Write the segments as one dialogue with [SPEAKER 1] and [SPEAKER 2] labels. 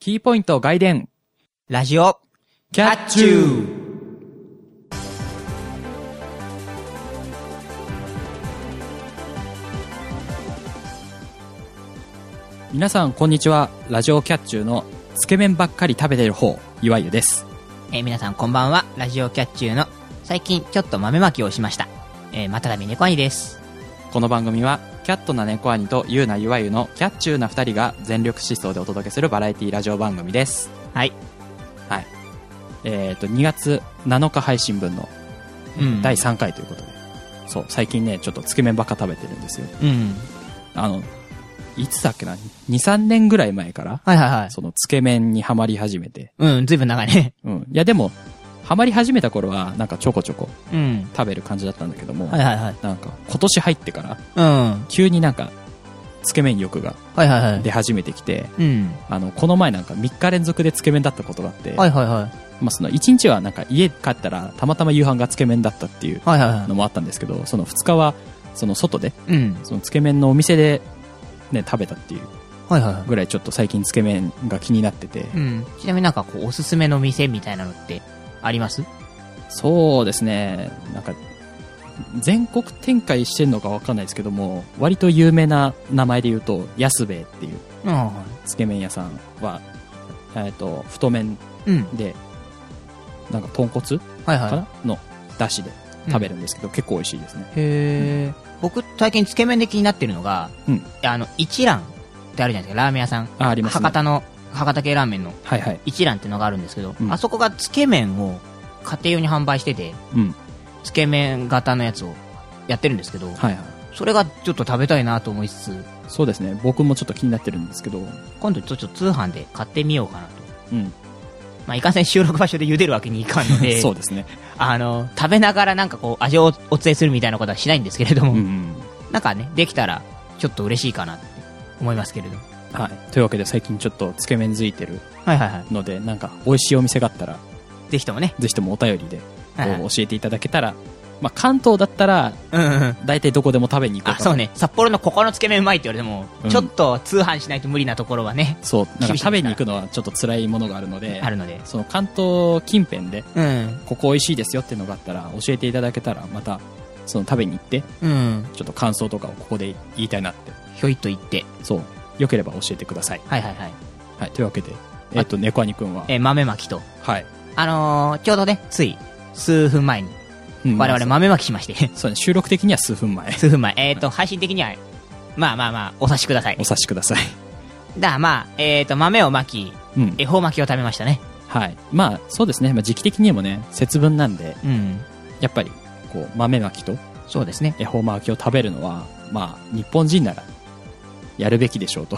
[SPEAKER 1] キーポイント外伝、
[SPEAKER 2] ラジオ、
[SPEAKER 1] キ
[SPEAKER 2] ャッチュ
[SPEAKER 1] ー皆さん、こんにちは。ラジオキャッチューの、つけ麺ばっかり食べてる方、岩湯です。
[SPEAKER 2] えー皆さんこんばんは、ラジオキャッチューの、最近ちょっと豆まきをしました。えー、またたび猫兄です。
[SPEAKER 1] この番組は、キャットな猫兄とゆうなゆわゆのキャッチューな二人が全力疾走でお届けするバラエティラジオ番組です。
[SPEAKER 2] はい。
[SPEAKER 1] はい。えっ、と、2月7日配信分の
[SPEAKER 2] うん
[SPEAKER 1] 第3回ということで。そう、最近ね、ちょっとつけ麺ばっか食べてるんですよ。
[SPEAKER 2] うん。
[SPEAKER 1] あの、いつだっけな、2、3年ぐらい前から、
[SPEAKER 2] はいはいはい。
[SPEAKER 1] その、つけ麺にはまり始めて。
[SPEAKER 2] うん、ずいぶん長いね。
[SPEAKER 1] うん。いや、でも、はまり始めた頃は、なんかちょこちょこ
[SPEAKER 2] うん。
[SPEAKER 1] 食べる感じだったんだけども、
[SPEAKER 2] はいはいはい。
[SPEAKER 1] なんか、今年入ってから、
[SPEAKER 2] うん。は
[SPEAKER 1] 急になんか、つけ麺欲が
[SPEAKER 2] いはいはい。
[SPEAKER 1] 出始めてきて、
[SPEAKER 2] うん。
[SPEAKER 1] あの、この前なんか3日連続でつけ麺だったことがあって、
[SPEAKER 2] はいはいはい。
[SPEAKER 1] まあその1日はなんか家帰ったらたまたま夕飯がつけ麺だったっていう
[SPEAKER 2] はいはいは
[SPEAKER 1] のもあったんですけど、その2日は、その外で、
[SPEAKER 2] い。うん。
[SPEAKER 1] そのつけ麺のお店で、ね、食べたっていう
[SPEAKER 2] はいはいは
[SPEAKER 1] ぐらいちょっと最近つけ麺が気になってて
[SPEAKER 2] い。、うん。ちなみになんかこう、おすすめの店みたいなのって、あります
[SPEAKER 1] そうですね、なんか、全国展開してんのかわかんないですけども、割と有名な名前で言うと、安兵衛っていう
[SPEAKER 2] うんは
[SPEAKER 1] つけ麺屋さんは、えっ、と、太麺
[SPEAKER 2] い。うん。
[SPEAKER 1] で、なんか豚骨
[SPEAKER 2] はい
[SPEAKER 1] かな、
[SPEAKER 2] は
[SPEAKER 1] の出汁で
[SPEAKER 2] い。
[SPEAKER 1] 食べ
[SPEAKER 2] る。
[SPEAKER 1] るんですけど、結構美味しいですね。
[SPEAKER 2] へえ。僕、最近つけ麺で気になってるのが、
[SPEAKER 1] うん
[SPEAKER 2] あの、一蘭ってあるじゃないですか、ラーメン屋さん。
[SPEAKER 1] あ、ありますね。
[SPEAKER 2] 博多の、博多系ラーメンの
[SPEAKER 1] はいはい。
[SPEAKER 2] 一蘭ってのがあるんですけど、
[SPEAKER 1] うん
[SPEAKER 2] あそこがつけ麺を家庭用に販売してて、
[SPEAKER 1] うん。
[SPEAKER 2] つけ麺型のやつをやってるんですけど、
[SPEAKER 1] はいはい。
[SPEAKER 2] それがちょっと食べたいなと思いつつ、
[SPEAKER 1] そうですね。僕もちょっと気になってるんですけど、
[SPEAKER 2] 今度ちょっと通販で買ってみようかなと。
[SPEAKER 1] うん。
[SPEAKER 2] まあ、いかんせん収録場所で茹でるわけにいかんの で、
[SPEAKER 1] そうですね。
[SPEAKER 2] あの、食べながらなんかこう、味をお伝えするみたいなことはしないんですけれど
[SPEAKER 1] う
[SPEAKER 2] も、
[SPEAKER 1] んうん。
[SPEAKER 2] なんかね、できたら、ちょっと嬉しいかなって思いますけれども。
[SPEAKER 1] はい。というわけで最近ちょっとつけ麺づいてる
[SPEAKER 2] はいはいは
[SPEAKER 1] ので、なんか美味しいお店があったら、
[SPEAKER 2] い。ぜひともね。
[SPEAKER 1] ぜひともお便りでこ
[SPEAKER 2] はいはいう
[SPEAKER 1] 教えていただけたら、まあ関東だったら
[SPEAKER 2] うんうんうん。
[SPEAKER 1] 大体どこでも食べに行こう
[SPEAKER 2] あ、
[SPEAKER 1] かな
[SPEAKER 2] そうね。札幌のここのつけ麺うまいって言われても、
[SPEAKER 1] うん
[SPEAKER 2] ちょっと通販しないと無理なところはね、
[SPEAKER 1] そう。なんか
[SPEAKER 2] 厳しいですか
[SPEAKER 1] 食
[SPEAKER 2] ら
[SPEAKER 1] べに行くのはちょっと辛いものがあるので、
[SPEAKER 2] あるので。
[SPEAKER 1] その関東近辺で
[SPEAKER 2] うん。
[SPEAKER 1] ここ美味しいですよっていうのがあったら教えていただけたらまたその食べに行って
[SPEAKER 2] うん。
[SPEAKER 1] ちょっと感想とかをここで言いたいなって
[SPEAKER 2] ひょいっと言って。
[SPEAKER 1] そうよければ教えてください、
[SPEAKER 2] はいはいはい。
[SPEAKER 1] はい、というわけでえっと猫兄くんは
[SPEAKER 2] えー豆まきと。
[SPEAKER 1] はい、
[SPEAKER 2] あのー、ちょうどね、つい、数分前に、
[SPEAKER 1] うん
[SPEAKER 2] 我々
[SPEAKER 1] まあ
[SPEAKER 2] 豆まきしまして、
[SPEAKER 1] そうそうね収録的には数分前
[SPEAKER 2] 数分前。えっ、ー、と、配信的には、まあまあまあ、お察しください
[SPEAKER 1] お。察しください
[SPEAKER 2] だ、まあ、えっ、ー、と、豆をまき、
[SPEAKER 1] うん
[SPEAKER 2] 恵方巻きを食べましたね。
[SPEAKER 1] はいまあそうですね、まあ、時期的にもね節分なんで
[SPEAKER 2] うん。
[SPEAKER 1] やっぱりこう豆まきと
[SPEAKER 2] そうですね。
[SPEAKER 1] 恵方巻きを食べるのはまあ日本人ならやるべきでしょうと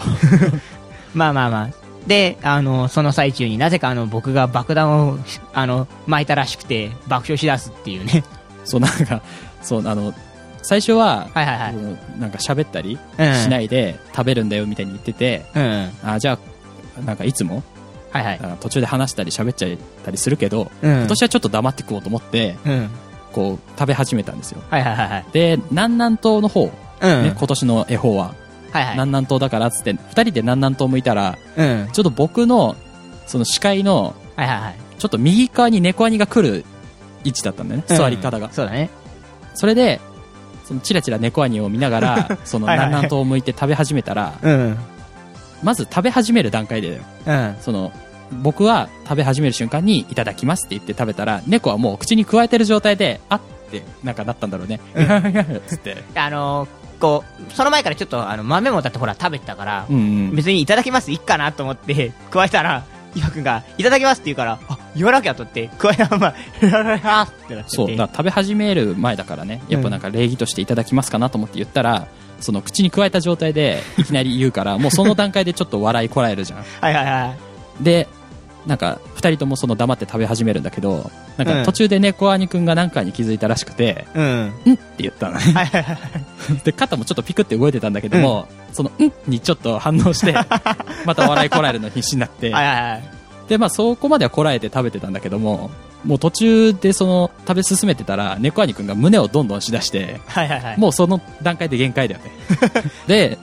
[SPEAKER 2] まあまあまあ。で、あの、その最中になぜかあの、僕が爆弾を、あの、巻いたらしくて、爆笑しだすっていうね。
[SPEAKER 1] そうなんかそうあの最初は、
[SPEAKER 2] はいはいはい。
[SPEAKER 1] こうなんか喋ったり
[SPEAKER 2] うん。。
[SPEAKER 1] しないいで食べるんだよみたいに言ってて、
[SPEAKER 2] うん。はい
[SPEAKER 1] あじゃあ、なんかいつも、
[SPEAKER 2] はい。
[SPEAKER 1] あ途中で話したり喋っちゃったりするけど、
[SPEAKER 2] うん。
[SPEAKER 1] 今年はちょっと黙って食おうと思って、
[SPEAKER 2] うん。
[SPEAKER 1] こう、食べ始めたんですよ。
[SPEAKER 2] はいはいはいはい。
[SPEAKER 1] で、南南東の方、ね、
[SPEAKER 2] うん。
[SPEAKER 1] 今年の恵方は、
[SPEAKER 2] はいはい。
[SPEAKER 1] 南南東だからっつって、二人で南南東向いたら、
[SPEAKER 2] うん。
[SPEAKER 1] ちょっと僕の、その視界の、
[SPEAKER 2] はいはいはい。
[SPEAKER 1] ちょっと右側に猫兄が来る位置だったんだよね、座り方が
[SPEAKER 2] うん。そうだね。
[SPEAKER 1] それで、そのチラチラ猫兄を見なが ら、その
[SPEAKER 2] はいは
[SPEAKER 1] 南南
[SPEAKER 2] い
[SPEAKER 1] 東を向いて食べ始めたら、
[SPEAKER 2] うん。うん。
[SPEAKER 1] まず食べ始める段階でだよ。
[SPEAKER 2] はい
[SPEAKER 1] その、僕は食べ始める瞬間にいただきますって言って食べたら、猫はもう口に加えてる状態で、あって、なんかなったんだろうね。
[SPEAKER 2] うん
[SPEAKER 1] つって。
[SPEAKER 2] あのー、こう、その前からちょっと、あの、豆もだってほら、食べてたから、
[SPEAKER 1] うんうん。
[SPEAKER 2] 別にいただきます、いっかなと思って、 加えたら、岩くんが、いただきますって言うから、あ、言わなきゃとって、加えた まま、ララララってなっちゃって。
[SPEAKER 1] そう、だから食べ始める前だからね、やっぱなんか礼儀としていただきますかなと思って言ったら、その口に加えた状態でいきなり言うから、もうその段階でちょっと笑いこらえるじゃん。
[SPEAKER 2] はいはいはい。
[SPEAKER 1] で、なんか、二人ともその黙って食べ始めるんだけど、なん
[SPEAKER 2] う
[SPEAKER 1] か
[SPEAKER 2] ん
[SPEAKER 1] 途中で猫兄くんがなんかに気づいたらしくて、
[SPEAKER 2] うん。
[SPEAKER 1] んって言った のね。
[SPEAKER 2] はいはいはい。
[SPEAKER 1] で、肩もちょっとピクって動いてたんだけども、その、んにちょっと反応 して、また笑いこらえるの必死になって、
[SPEAKER 2] はいはいはい。
[SPEAKER 1] で、まあそこまではこらえて食べてたんだけども、もう途中でその、食べ進めてたら、猫兄くんが胸をどんどんしだして、
[SPEAKER 2] はいはいはい。
[SPEAKER 1] もうその段階で限界だよね。で、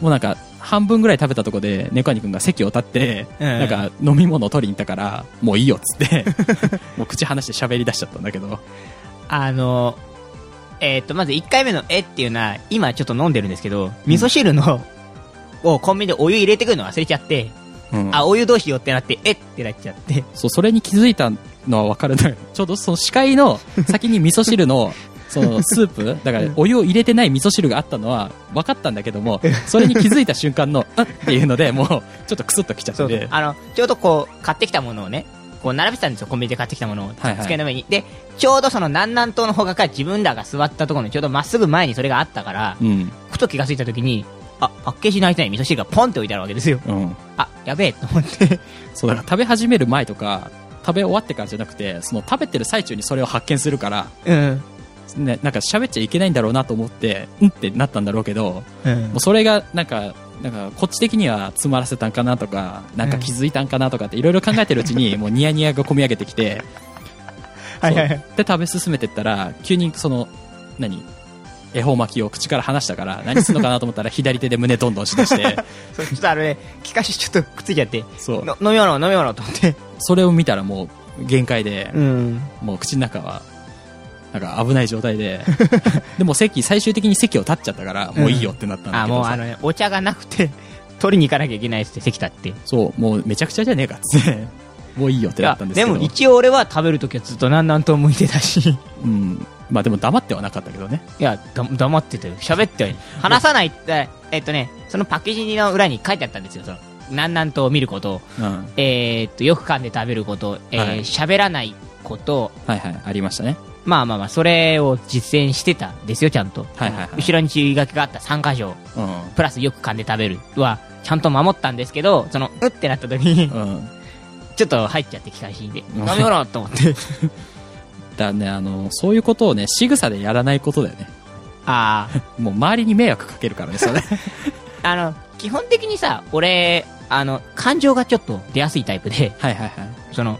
[SPEAKER 1] もうなんか、半分ぐらい食べたとこで、ネコアニ君が席を立って、
[SPEAKER 2] うん
[SPEAKER 1] なんか飲み物を取りに行ったから、もういいよっつ って、もう口離して喋り出しちゃったんだけど、
[SPEAKER 2] あの、えーっと、まず1回目の絵っていうのは、今ちょっと飲んでるんですけど、味噌汁の、をコンビニでお湯入れてくるの忘れちゃって、
[SPEAKER 1] うん
[SPEAKER 2] あ、お湯どうしようってなって、えってなっちゃって、
[SPEAKER 1] そうそれに気づいたのは分かるんだよ ちょうどその視界の先に味噌汁 のそのスープだからお湯を入れてない味噌汁があったのは分かったんだけどもそれに気づいた瞬間のあっっていうのでもうちょっとクスッときちゃって
[SPEAKER 2] そうあの、ちょうどこう、買ってきたものをね、こう並べてたんですよ、コンビニで買ってきたものを、
[SPEAKER 1] はいはい
[SPEAKER 2] 机の上に。で、ちょうどその南南東の方角が自分らが座ったところのちょうどまっすぐ前にそれがあったから、
[SPEAKER 1] うん
[SPEAKER 2] ふと気がついた時に、あ、パッケージの間に味噌汁がポンって置いてあるわけですよ。
[SPEAKER 1] うん
[SPEAKER 2] あ、やべえと 思って。
[SPEAKER 1] そうだから食べ始める前とか食べ終わってからじゃなくてその食べてる最中にそれを発見するから、
[SPEAKER 2] うん。
[SPEAKER 1] ね、なんか喋っちゃいけないんだろうなと思ってうんってなったんだろうけど
[SPEAKER 2] うん
[SPEAKER 1] もう。それがなんか、なんかこっち的には詰まらせたんかなとか、なんか気づいたんかなとかっていろいろ考えてるうちに、もうニヤニヤがこみ上げてきて、
[SPEAKER 2] はいはいはい
[SPEAKER 1] そうで、食べ進めてったら、急にその、何恵方巻きを口から離したから、何するのかなと思ったら、左手で胸どんどんしだして、
[SPEAKER 2] そうちょっとあのね、気かしちょっとくっついちゃって、
[SPEAKER 1] そう
[SPEAKER 2] の。飲み物飲み物と思って。
[SPEAKER 1] それを見たらもう限界で、
[SPEAKER 2] ん。
[SPEAKER 1] もう口の中は、なんか危ない状態で、 でも席、最終的に席を立っちゃったから、もういいよってなったんだ
[SPEAKER 2] あ、
[SPEAKER 1] けど
[SPEAKER 2] もう
[SPEAKER 1] さ
[SPEAKER 2] あのね、お茶がなくて、 取りに行かなきゃいけないっつって、席立って。
[SPEAKER 1] そう、もうめちゃくちゃじゃねえかっつって、 もういいよってなったんですけ
[SPEAKER 2] で
[SPEAKER 1] ど。
[SPEAKER 2] も一応俺は食べる時はずっと南南東向いてたし。
[SPEAKER 1] うん。まあでも黙ってはなかったけどね。
[SPEAKER 2] いや、だ黙ってたよ。喋ってはいない話さないって、えっとね、そのパッケージの裏に書いてあったんですよ。その、南南と見ること、
[SPEAKER 1] うん。は
[SPEAKER 2] えーっと、よく噛んで食べること、え
[SPEAKER 1] はい
[SPEAKER 2] ー喋、らないこと、
[SPEAKER 1] いはい、ありましたね。
[SPEAKER 2] まあまあまあ、それを実践してたんですよ、ちゃんと。
[SPEAKER 1] はいはいはい
[SPEAKER 2] 後ろに注意書きがあった3箇所、
[SPEAKER 1] う
[SPEAKER 2] プラスよく噛んで食べるは、ちゃんと守ったんですけど、その、うってなった時に、
[SPEAKER 1] ん。うん。
[SPEAKER 2] ちょっと入っちゃって機械心で、
[SPEAKER 1] ん
[SPEAKER 2] 飲み物と思って。
[SPEAKER 1] だね、あの、そういうことをね、仕草でやらないことだよね。
[SPEAKER 2] ああ、
[SPEAKER 1] もう周りに迷惑かけるからね、そ れ。
[SPEAKER 2] あの、基本的にさ、俺、あの、感情がちょっと出やすいタイプで、
[SPEAKER 1] はいはいはい。
[SPEAKER 2] その、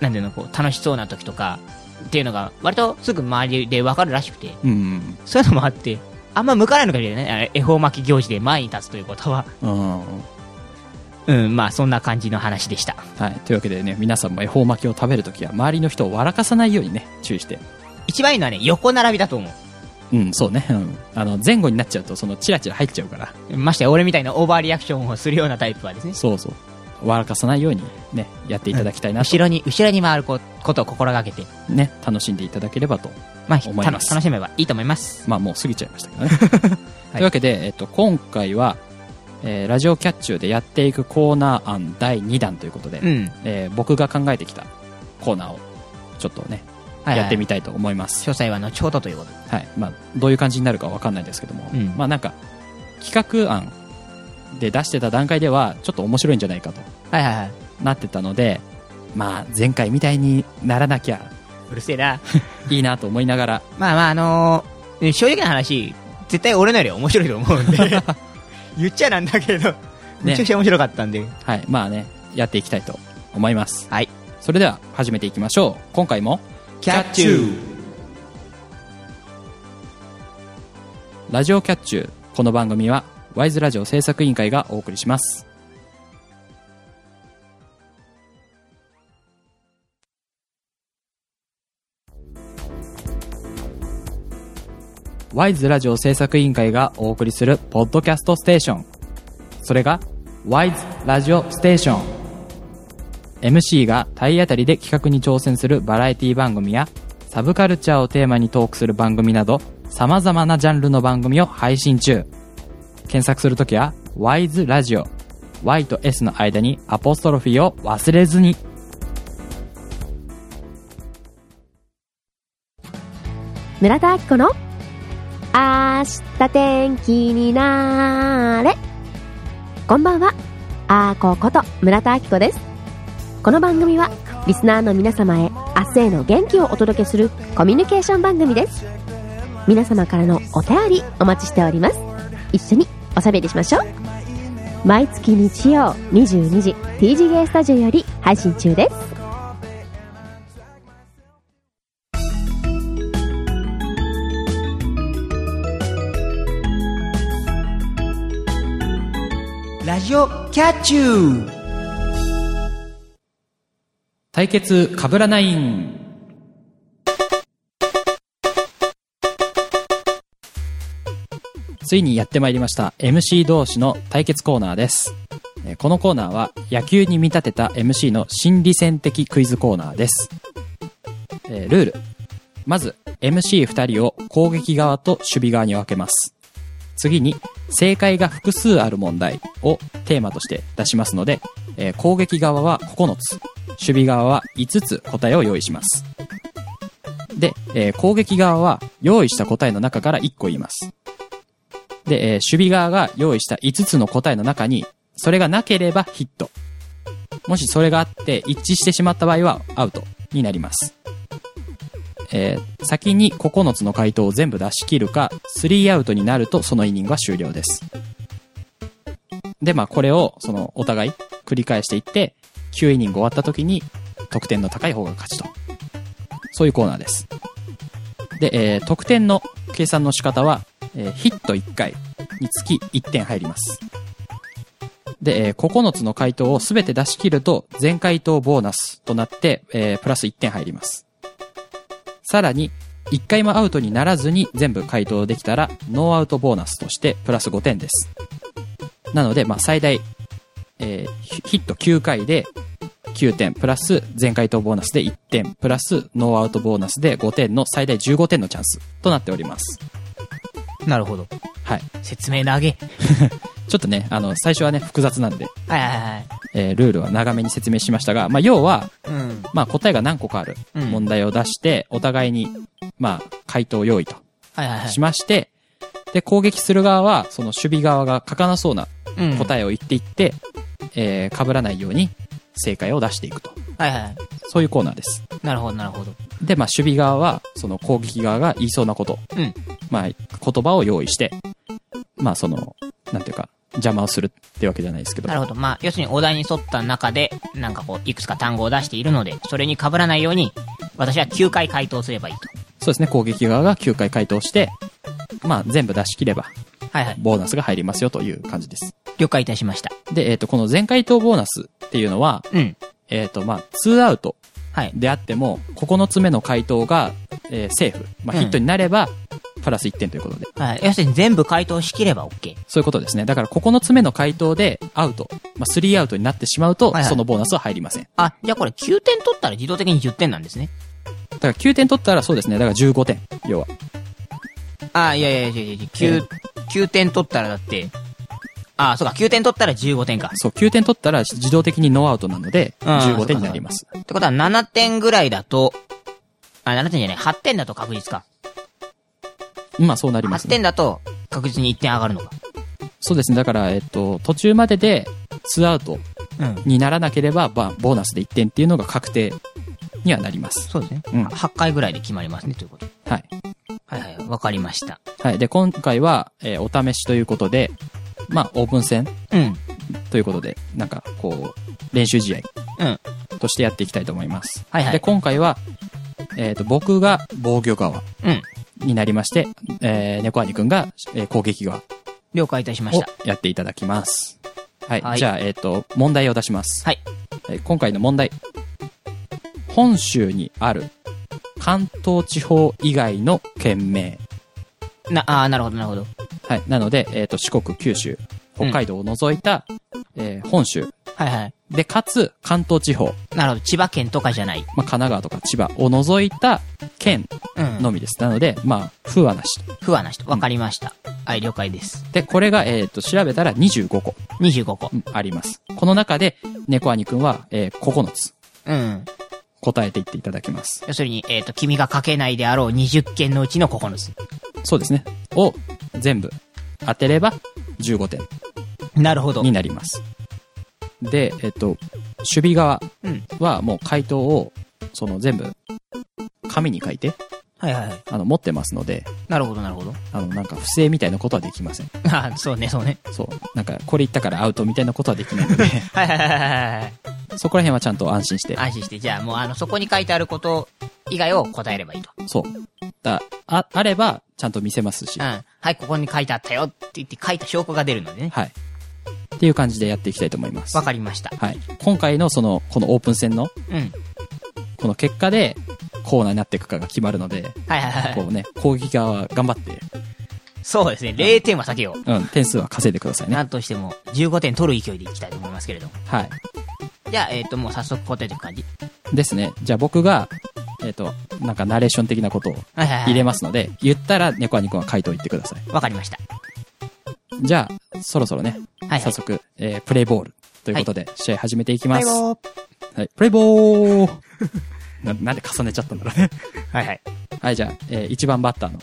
[SPEAKER 2] なんていうの、こう、楽しそうな時とか、っていうのが、割とすぐ周りで分かるらしくて、
[SPEAKER 1] うん。
[SPEAKER 2] そういうのもあって、あんま向かないのかもしれないね。あの恵方巻き行事で前に立つということは。
[SPEAKER 1] うん。は
[SPEAKER 2] うん、まあ、そんな感じの話でした。
[SPEAKER 1] い。というわけでね、皆さんも恵方巻きを食べるときは、周りの人を笑かさないようにね、注意して。
[SPEAKER 2] 一番いいのはね、横並びだと思
[SPEAKER 1] うん、そうね。 うん。あの、前後になっちゃうと、その、チラチラ入っちゃうから。
[SPEAKER 2] う。ましてや、俺みたいなオーバーリアクションをするようなタイプはですね、
[SPEAKER 1] そうそう。笑かさないようにね、やっていただきたいなと
[SPEAKER 2] 後、ろに、後ろに回るこことを心がけて、
[SPEAKER 1] ね、楽しんでいただければと
[SPEAKER 2] まあ、
[SPEAKER 1] 思い
[SPEAKER 2] た
[SPEAKER 1] ます
[SPEAKER 2] 楽しめばいいと思います。
[SPEAKER 1] まあもう過ぎちゃいました けどね。というわけで、えっと、今回は、えーラジオキャッチューでやっていくコーナー案第2弾ということで、
[SPEAKER 2] うん。
[SPEAKER 1] えー僕が考えてきたコーナーをちょっとね、
[SPEAKER 2] はいはい
[SPEAKER 1] やってみたいと思います。
[SPEAKER 2] 詳細は後ほどということ
[SPEAKER 1] は
[SPEAKER 2] で。
[SPEAKER 1] い。まあ、どういう感じになるかわかんないですけども、
[SPEAKER 2] うん
[SPEAKER 1] まあなんか、企画案で出してた段階では、ちょっと面白いんじゃないかと
[SPEAKER 2] はいはいはい。
[SPEAKER 1] なってたので、まあ前回みたいにならなきゃ
[SPEAKER 2] うるせえな。
[SPEAKER 1] いいなと思いながら、
[SPEAKER 2] まあまあ、あのー正直な話、絶対俺のより面白いと思うんで、 言っちゃなんだけど、めちゃくちゃ面白かったんで。
[SPEAKER 1] はい。まあね、やっていきたいと思います。
[SPEAKER 2] はい。
[SPEAKER 1] それでは始めていきましょう。今回も、
[SPEAKER 2] キャッチュー
[SPEAKER 1] ラジオキャッチュー。この番組は、ワイズラジオ制作委員会がお送りします。ワイズラジオ制作委員会がお送りするポッドキャストステーション。それが、ワイズラジオステーション。MC が体当たりで企画に挑戦するバラエティ番組やサブカルチャーをテーマにトークする番組など様々なジャンルの番組を配信中検索するときは WISE ラジオ Y と S の間にアポストロフィーを忘れずに
[SPEAKER 3] 村田明子の明日天気になーれこんばんはあーここと村田明子ですこの番組はリスナーの皆様へ明日への元気をお届けするコミュニケーション番組です皆様からのお便りお待ちしております一緒におしゃべりしましょう毎月日曜22時 TGA スタジオより配信中です
[SPEAKER 2] ジオキャッチュー
[SPEAKER 1] 対決かぶらないんついにやってまいりました MC 同士の対決コーナーですえーこのコーナーは野球に見立てた MC の心理戦的クイズコーナーですえールールまず MC2 人を攻撃側と守備側に分けます次に正解が複数ある問題をテーマとして出しますので、えー攻撃側は9つ守備側は5つ答えを用意しますで、えー攻撃側は用意した答えの中から1個言いますで、えー守備側が用意した5つの答えの中にそれがなければヒットもしそれがあって一致してしまった場合はアウトになりますえー先に9つの回答を全部出し切るか、3アウトになるとそのイニングは終了です。で、まあこれを、その、お互い繰り返していって、9イニング終わった時に、得点の高い方が勝ちと。そういうコーナーです。で、えー得点の計算の仕方は、えーヒット1回につき1点入ります。で、えー9つの回答を全て出し切ると、全回答ボーナスとなって、えープラス1点入ります。さらに、1回もアウトにならずに全部回答できたら、ノーアウトボーナスとしてプラス5点です。なので、まあ、最大、えーヒヒット9回で9点、プラス全回答ボーナスで1点、プラスノーアウトボーナスで5点の最大15点のチャンスとなっております。
[SPEAKER 2] なるほど。
[SPEAKER 1] はい。
[SPEAKER 2] 説明投げ。
[SPEAKER 1] ちょっとね、あの、最初はね、複雑なんで、
[SPEAKER 2] はいはいはい。
[SPEAKER 1] えールールは長めに説明しましたが、まあ、要は、
[SPEAKER 2] うん。
[SPEAKER 1] まあ、答えが何個かある
[SPEAKER 2] うん
[SPEAKER 1] 問題を出して、お互いに、まあ、回答用意と
[SPEAKER 2] はいはいはい
[SPEAKER 1] し。まして、で、攻撃する側は、その守備側が書かなそうな
[SPEAKER 2] うん
[SPEAKER 1] 答えを言っていって、えー、被らないように正解を出していくと。
[SPEAKER 2] はいはい。
[SPEAKER 1] そういうコーナーです。
[SPEAKER 2] なるほどなるほど。
[SPEAKER 1] で、まあ、守備側は、その攻撃側が言いそうなこと、
[SPEAKER 2] うん。
[SPEAKER 1] まあ、言葉を用意して、まあ、その、なんていうか、邪魔をするってわけじゃないですけど
[SPEAKER 2] な、るほど。まあ、要するにお題に沿った中で、なんかこう、いくつか単語を出しているので、それに被らないように、私は9回回答すればいいと。
[SPEAKER 1] そうですね、攻撃側が9回回答して、まあ、全部出し切れば、
[SPEAKER 2] はいはい。
[SPEAKER 1] ボーナスが入りますよという感じです。
[SPEAKER 2] 了解いたしました。
[SPEAKER 1] で、えっ、と、この全回答ボーナスっていうのは、
[SPEAKER 2] うん。
[SPEAKER 1] えっ、と、まあ、2アウト
[SPEAKER 2] はい。
[SPEAKER 1] であっても、9つ目の回答が、えーセーフ。まあ、
[SPEAKER 2] うん
[SPEAKER 1] ヒットになれば、プラス1点ということで。
[SPEAKER 2] はい。要するに全部回答しきれば OK。
[SPEAKER 1] そういうことですね。だから9つ目の回答でアウト。まあ、3アウトになってしまうと、
[SPEAKER 2] はいはい
[SPEAKER 1] そのボーナスは入りません。
[SPEAKER 2] あ、じゃあこれ9点取ったら自動的に10点なんですね。
[SPEAKER 1] だから9点取ったらそうですね。だから15点。要は。
[SPEAKER 2] あ、いやいやいやいやいや、9、9点取ったらだって、あ、そうか、9点取ったら15点か。
[SPEAKER 1] そう、9点取ったら自動的にノーアウトなので、
[SPEAKER 2] うん
[SPEAKER 1] 15点になります。
[SPEAKER 2] ってことは7点ぐらいだと、あ、7点じゃない、8点だと確実か。
[SPEAKER 1] まあ、そうなります
[SPEAKER 2] 8
[SPEAKER 1] ね。
[SPEAKER 2] 点だと確実に1点上がるのか。
[SPEAKER 1] そうですね。だから、えっと、途中までで2アウト
[SPEAKER 2] うん。
[SPEAKER 1] にならなければ、まあ、ボーナスで1点っていうのが確定にはなります。
[SPEAKER 2] そうですね。
[SPEAKER 1] うん
[SPEAKER 2] 8回ぐらいで決まりますね、ということ。
[SPEAKER 1] はい。
[SPEAKER 2] はいはい、わかりました。
[SPEAKER 1] はい。で、今回は、えーお試しということで、まあ、オープン戦
[SPEAKER 2] うん。
[SPEAKER 1] ということで、なんか、こう、練習試合
[SPEAKER 2] うん。
[SPEAKER 1] としてやっていきたいと思います。
[SPEAKER 2] はいは
[SPEAKER 1] で、
[SPEAKER 2] い。
[SPEAKER 1] 今回は、えっ、と、僕が防御側
[SPEAKER 2] うん。
[SPEAKER 1] になりまして、えー、猫兄くんが、えー攻撃側
[SPEAKER 2] 了解いたしまし
[SPEAKER 1] を
[SPEAKER 2] た。
[SPEAKER 1] やっていただきます。はい。
[SPEAKER 2] はい
[SPEAKER 1] じゃあ、えっ、と、問題を出します。
[SPEAKER 2] はい。
[SPEAKER 1] えー今回の問題。本州にある関東地方以外の県名。
[SPEAKER 2] な、あーなるほど、なるほど。
[SPEAKER 1] はい。なので、えっ、と、四国、九州、北海道を除いた、えー本州。
[SPEAKER 2] はいはい。
[SPEAKER 1] で、かつ、関東地方、
[SPEAKER 2] なるほど、千葉県とかじゃない。
[SPEAKER 1] まあ、神奈川とか千葉を除いた県
[SPEAKER 2] うん。
[SPEAKER 1] のみです。なので、まあ、風はなし。
[SPEAKER 2] 不安な人。わかりました。はい、了解です。
[SPEAKER 1] で、これが、えっ、と、調べたら25個、
[SPEAKER 2] 25個
[SPEAKER 1] う。んあります。この中で、猫兄くんは、えー9つ、
[SPEAKER 2] うん。
[SPEAKER 1] 答えていっていただきます。
[SPEAKER 2] 要するに、えっ、と、君が書けないであろう20件のうちの9つ。
[SPEAKER 1] そうですね。を、全部、当てれば、15点
[SPEAKER 2] なるほど
[SPEAKER 1] に。なります。で、えっ、と、守備側
[SPEAKER 2] うん。
[SPEAKER 1] は、もう回答を、その全部、紙に書いて、
[SPEAKER 2] はいはいはい。
[SPEAKER 1] あの、持ってますので、
[SPEAKER 2] なるほど、なるほど。
[SPEAKER 1] あの、なんか不正みたいなことはできません。
[SPEAKER 2] あー そうね、そうね。
[SPEAKER 1] そう。なんか、これ言ったからアウトみたいなことはできないので、
[SPEAKER 2] はいはいはいはいはい。
[SPEAKER 1] そこら辺はちゃんと安心して。
[SPEAKER 2] 安心して、じゃあもうあの、そこに書いてあること以外を答えればいいと。
[SPEAKER 1] そう。だあ、あれば、ちゃんと見せますし。
[SPEAKER 2] うん。はい、ここに書いてあったよって言って書いた証拠が出るのでね。
[SPEAKER 1] はい。っていう感じでやっていきたいと思います。
[SPEAKER 2] わかりました。
[SPEAKER 1] はい。今回のその、このオープン戦の、
[SPEAKER 2] うん。
[SPEAKER 1] この結果で、コーナーになっていくかが決まるので、
[SPEAKER 2] はいはいはいは
[SPEAKER 1] こ
[SPEAKER 2] い。
[SPEAKER 1] うね、攻撃側は頑張って、
[SPEAKER 2] そうですね。0点は避けよう。
[SPEAKER 1] うん、点数は稼いでくださいね。
[SPEAKER 2] なんとしても、15点取る勢いでいきたいと思いますけれども。
[SPEAKER 1] はい。
[SPEAKER 2] じゃあ、えっ、と、もう早速ポテトいく感じ。
[SPEAKER 1] ですね。じゃあ僕が、えっ、と、なんかナレーション的なことを
[SPEAKER 2] はいはいはい。
[SPEAKER 1] 入れますので、言ったら猫はニコが回答言ってください。
[SPEAKER 2] わかりました。
[SPEAKER 1] じゃあ、そろそろね、
[SPEAKER 2] はい、は
[SPEAKER 1] 早
[SPEAKER 2] い。
[SPEAKER 1] 速、えー、プレイボールということで、試合始めていきます。
[SPEAKER 2] は
[SPEAKER 1] はい、プレイボール ななんで重ねちゃったんだろうね。
[SPEAKER 2] はいはい。
[SPEAKER 1] はい、じゃあ、えー、1番バッターの、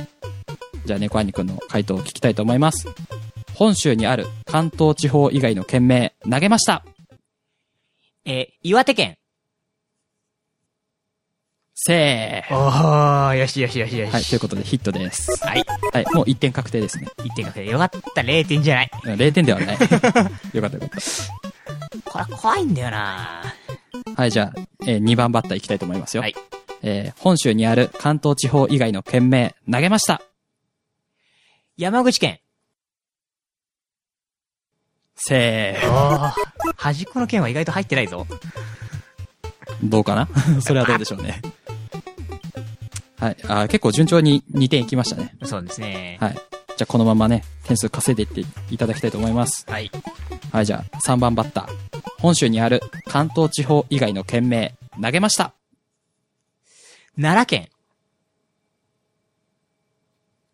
[SPEAKER 1] じゃあ、猫兄くんの回答を聞きたいと思います。本州にある関東地方以外の県名、投げました
[SPEAKER 2] えー岩手県。
[SPEAKER 1] せー
[SPEAKER 2] おー、よしよしよしよし。
[SPEAKER 1] はい、ということでヒットです。
[SPEAKER 2] はい。
[SPEAKER 1] はい、もう1点確定ですね。
[SPEAKER 2] 1点かけて。よかった、0点じゃない。
[SPEAKER 1] うん0点では ない。よかったよかっ
[SPEAKER 2] これ怖いんだよな
[SPEAKER 1] た。はい、じゃあ、え2番バッターいきたいと思いますよ。
[SPEAKER 2] はい
[SPEAKER 1] えー本州にある関東地方以外の県名、投げました
[SPEAKER 2] 山口県。
[SPEAKER 1] せー
[SPEAKER 2] おー、端っこの県は意外と入ってないぞ。
[SPEAKER 1] どうかな それはどうでしょうね。はい。あー結構順調に2点いきましたね。
[SPEAKER 2] そうですね。
[SPEAKER 1] はい。じゃあこのままね、点数稼いでいっていただきたいと思います。
[SPEAKER 2] はい。
[SPEAKER 1] はい、じゃあ3番バッター。本州にある関東地方以外の県名、投げました
[SPEAKER 2] 奈良県。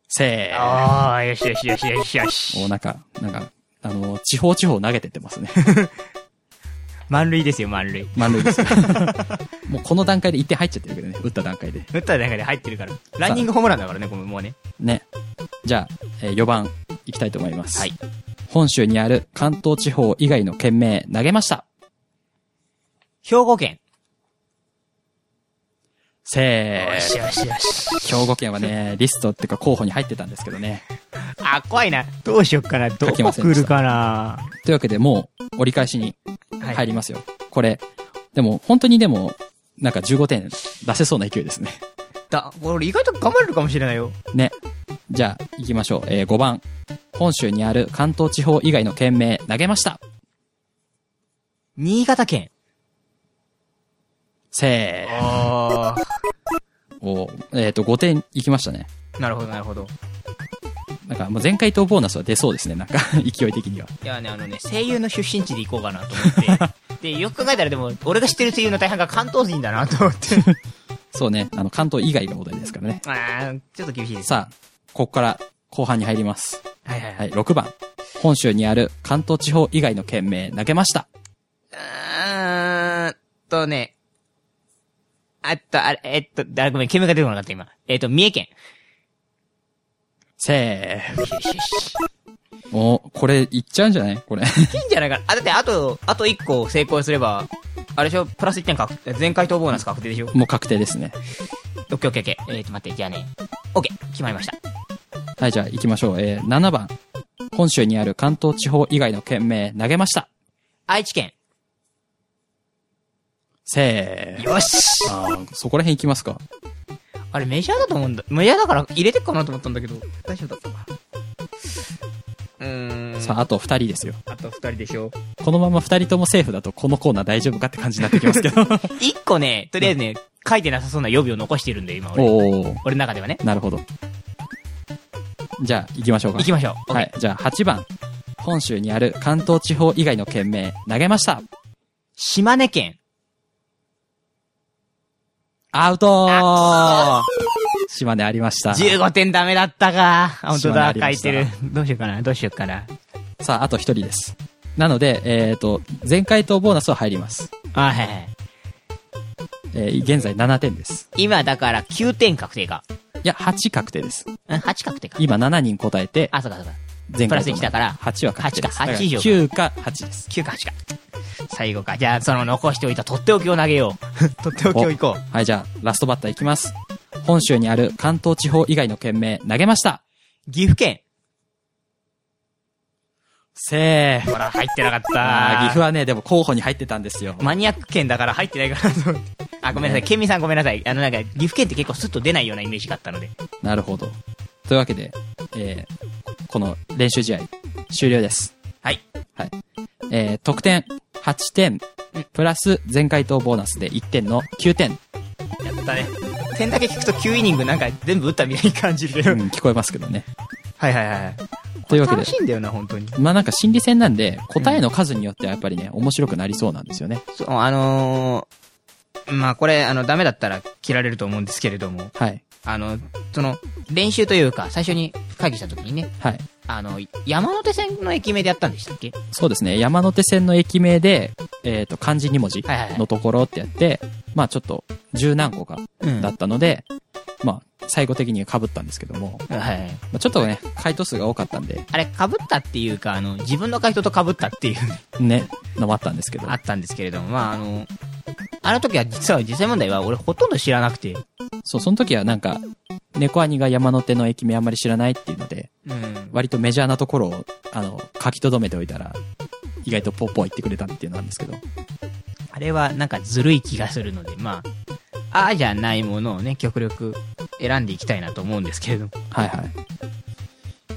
[SPEAKER 1] せ
[SPEAKER 2] お
[SPEAKER 1] ー
[SPEAKER 2] ー、よしよしよしよしよ
[SPEAKER 1] お、
[SPEAKER 2] し。
[SPEAKER 1] なんか、なんか、あのー地方地方投げてってますね。
[SPEAKER 2] 満塁ですよ、満塁。
[SPEAKER 1] 満塁です。 もうこの段階で1点入っちゃってるけどね、打った段階で。
[SPEAKER 2] 打った中で入ってるから。ランニングホームランだからね、これもうね。
[SPEAKER 1] ね。じゃあ、え4番いきたいと思います。
[SPEAKER 2] はい。
[SPEAKER 1] 本州にある関東地方以外の県名、投げました
[SPEAKER 2] 兵庫県。
[SPEAKER 1] せ
[SPEAKER 2] よし
[SPEAKER 1] ー。
[SPEAKER 2] よしよし。
[SPEAKER 1] 兵庫県はね、リストっていうか候補に入ってたんですけどね。
[SPEAKER 2] あ、怖いな。どうしよっかな。ど
[SPEAKER 1] 書きま
[SPEAKER 2] こ
[SPEAKER 1] せんで
[SPEAKER 2] 来
[SPEAKER 1] した
[SPEAKER 2] るかな。
[SPEAKER 1] というわけでもう折り返しに
[SPEAKER 2] はい
[SPEAKER 1] 入りますよ。これ、でも本当にでも、なんか15点出せそうな勢いですね。
[SPEAKER 2] だ、俺意外と頑張れるかもしれないよ。
[SPEAKER 1] ね。じゃあ、行きましょう。えー5番。本州にある関東地方以外の県名、投げました。
[SPEAKER 2] 新潟県。
[SPEAKER 1] せー。
[SPEAKER 2] あ
[SPEAKER 1] おえっ、と、5点いきましたね。
[SPEAKER 2] ー。なるほど、なるほど。
[SPEAKER 1] なんか、もう全回答ボーナスは出そうですね。なんか、 勢い的には。
[SPEAKER 2] いやね、あのね、声優の出身地で行こうかなと思 って。で、よく考えたらでも、俺が知ってる声優の大半が関東人だなと思 って。
[SPEAKER 1] そうね。あの、関東以外がお題ですからね。
[SPEAKER 2] あー、ちょっと厳しいです。
[SPEAKER 1] さあ、ここから後半に入ります。
[SPEAKER 2] はいはい
[SPEAKER 1] はい、6番。本州にある関東地方以外の県名、投げました。
[SPEAKER 2] はい。うーんとね。あっと、あれ、えっと、だごめん、煙が出てこなかった今。えっと、三重県。
[SPEAKER 1] せー。
[SPEAKER 2] よしよしよし。
[SPEAKER 1] おこれ、いっちゃうんじゃないこれ。
[SPEAKER 2] いいんじゃないかな。あ、だってあと、あと1個成功すれば、あれでしょ、プラス1点確定、全回答ボーナス確定でしょ。オッ
[SPEAKER 1] もう確定ですね。
[SPEAKER 2] ケーオッケーオッケー。えーと、待って、じゃあね。オッケー、決まりました。
[SPEAKER 1] はい、じゃあ行きましょう。えー、7番。本州にある関東地方以外の県名、投げました。
[SPEAKER 2] 愛知県。
[SPEAKER 1] せー。
[SPEAKER 2] よし
[SPEAKER 1] あーそこら辺行きますか。
[SPEAKER 2] あれメジャーだと思うんだ。メジャーだから入れてっかなと思ったんだけど、大丈夫だったか。うーん。
[SPEAKER 1] さあ、あと2人ですよ。
[SPEAKER 2] あ、と2人でしょ。
[SPEAKER 1] このまま2人ともセーフだと、このコーナー大丈夫かって感じになってきますけど。
[SPEAKER 2] 1個ね、とりあえずね、書いてなさそうな予備を残してるんで、今俺。
[SPEAKER 1] おー、
[SPEAKER 2] 俺の中ではね。
[SPEAKER 1] なるほど。じゃあ行きましょうか。
[SPEAKER 2] 行きましょう。
[SPEAKER 1] はい、じゃあ8番。本州にある関東地方以外の県名、投げました。
[SPEAKER 2] 島根県。
[SPEAKER 1] アウトー島根ありました。
[SPEAKER 2] 15点ダメだったか。あ本当
[SPEAKER 1] 島根
[SPEAKER 2] だ、書
[SPEAKER 1] ありま
[SPEAKER 2] い
[SPEAKER 1] してた
[SPEAKER 2] る。どうしようかな、どうしようかな。
[SPEAKER 1] さあ、あと1人です。なので、えっ、と、前回答ボーナスは入ります。
[SPEAKER 2] あ、はいはい。
[SPEAKER 1] えー現在7点です。
[SPEAKER 2] 今だから9点確定か。
[SPEAKER 1] いや、8確定です。
[SPEAKER 2] ん ?8 確定か。
[SPEAKER 1] 今7人答えて、
[SPEAKER 2] あ、そうかそうか。
[SPEAKER 1] 前
[SPEAKER 2] プ
[SPEAKER 1] 回
[SPEAKER 2] ラス1だから、
[SPEAKER 1] 8は確定です。
[SPEAKER 2] 8か8以上か
[SPEAKER 1] 9か8です。
[SPEAKER 2] 9か8か。最後か。じゃあ、その残しておいたとっておきを投げよう。 とっておきをいこう。
[SPEAKER 1] はい、じゃあ、ラストバッターいきます。本州にある関東地方以外の県名、投げました。
[SPEAKER 2] 岐阜県。
[SPEAKER 1] せー。
[SPEAKER 2] ほら、入ってなかった。
[SPEAKER 1] あー岐阜はね、でも候補に入ってたんですよ。
[SPEAKER 2] マニアック県だから入ってないかなと思って。あ、ごめんなさい。県民さんごめんなさい。あの、なんか、岐阜県って結構スッと出ないようなイメージがあったので。
[SPEAKER 1] なるほど。というわけで、えー、この練習試合、終了です。
[SPEAKER 2] はい。
[SPEAKER 1] はい。えー得点8点、プラス全回答ボーナスで1点の9点、
[SPEAKER 2] やったね。点だけ聞くと9イニングなんか全部打ったみたいに感じるけ
[SPEAKER 1] う
[SPEAKER 2] ど。
[SPEAKER 1] ん、聞こえますけどね。
[SPEAKER 2] はいはいはい。
[SPEAKER 1] というわけで
[SPEAKER 2] 楽し、いんだよな、本当に。
[SPEAKER 1] まあなんか心理戦なんで、答えの数によってはやっぱりね、面白くなりそうなんですよね。
[SPEAKER 2] そう、あのーまあこれ、あの、ダメだったら切られると思うんですけれども、
[SPEAKER 1] はい。
[SPEAKER 2] あの、その、練習というか、最初に会議した時にね、
[SPEAKER 1] はい。
[SPEAKER 2] あの、山手線の駅名でやったんでしたっけ
[SPEAKER 1] そうですね。山手線の駅名で、えっ、と、漢字2文字
[SPEAKER 2] はいはいはい
[SPEAKER 1] のところってやって、まあちょっと、十何個か
[SPEAKER 2] うん
[SPEAKER 1] だったので、まあ、最後的には被ったんですけども、
[SPEAKER 2] はいはい。
[SPEAKER 1] まあ、ちょっとね、回答数が多かったんで、
[SPEAKER 2] あれ、被ったっていうか、あの、自分の回答と被ったっていう、
[SPEAKER 1] ね、のもあったんですけど
[SPEAKER 2] あ、ったんですけれども、まああの、あの時は実は実際問題は俺ほとんど知らなくて、
[SPEAKER 1] そう、その時はなんか、猫兄が山手の駅名あんまり知らないっていうので、
[SPEAKER 2] うん。
[SPEAKER 1] 割とメジャーなところを、あの、書き留めておいたら、意外とポッポ言ってくれたっていうのなんですけど、
[SPEAKER 2] あれはなんかずるい気がするので、まあ、ああじゃないものをね、極力選んでいきたいなと思うんですけれども。
[SPEAKER 1] はいはい。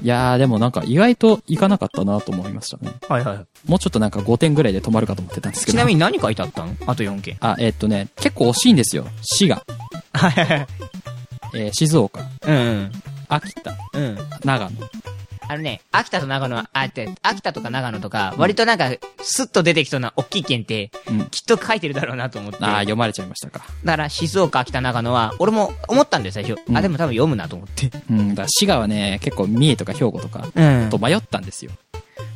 [SPEAKER 1] いやー、でもなんか意外といかなかったなと思いましたね。
[SPEAKER 2] はいはい。
[SPEAKER 1] もうちょっとなんか5点ぐらいで止まるかと思ってたんですけ
[SPEAKER 2] ち
[SPEAKER 1] ど。
[SPEAKER 2] なみ
[SPEAKER 1] に。
[SPEAKER 2] に何書いてあったのあと4件。
[SPEAKER 1] あ、えーっとね、結構惜しいんですよ。滋賀、
[SPEAKER 2] はいはい。
[SPEAKER 1] えー静岡、
[SPEAKER 2] うん
[SPEAKER 1] 秋田、
[SPEAKER 2] うん。うん。
[SPEAKER 1] 長野。
[SPEAKER 2] あのね、秋田と長野は、あって、秋田とか長野とか、割となんか、スッと出てきそうな大きい県って、
[SPEAKER 1] うん。
[SPEAKER 2] きっと書いてるだろうなと思って。
[SPEAKER 1] あー、読まれちゃいましたか。
[SPEAKER 2] だから静岡、秋田、長野は、俺も思ったんですよ、最初。
[SPEAKER 1] うん
[SPEAKER 2] あ、でも多分読むなと思って。
[SPEAKER 1] うん、だから滋賀はね、結構三重とか兵庫とか、
[SPEAKER 2] うん
[SPEAKER 1] と迷ったんですよ。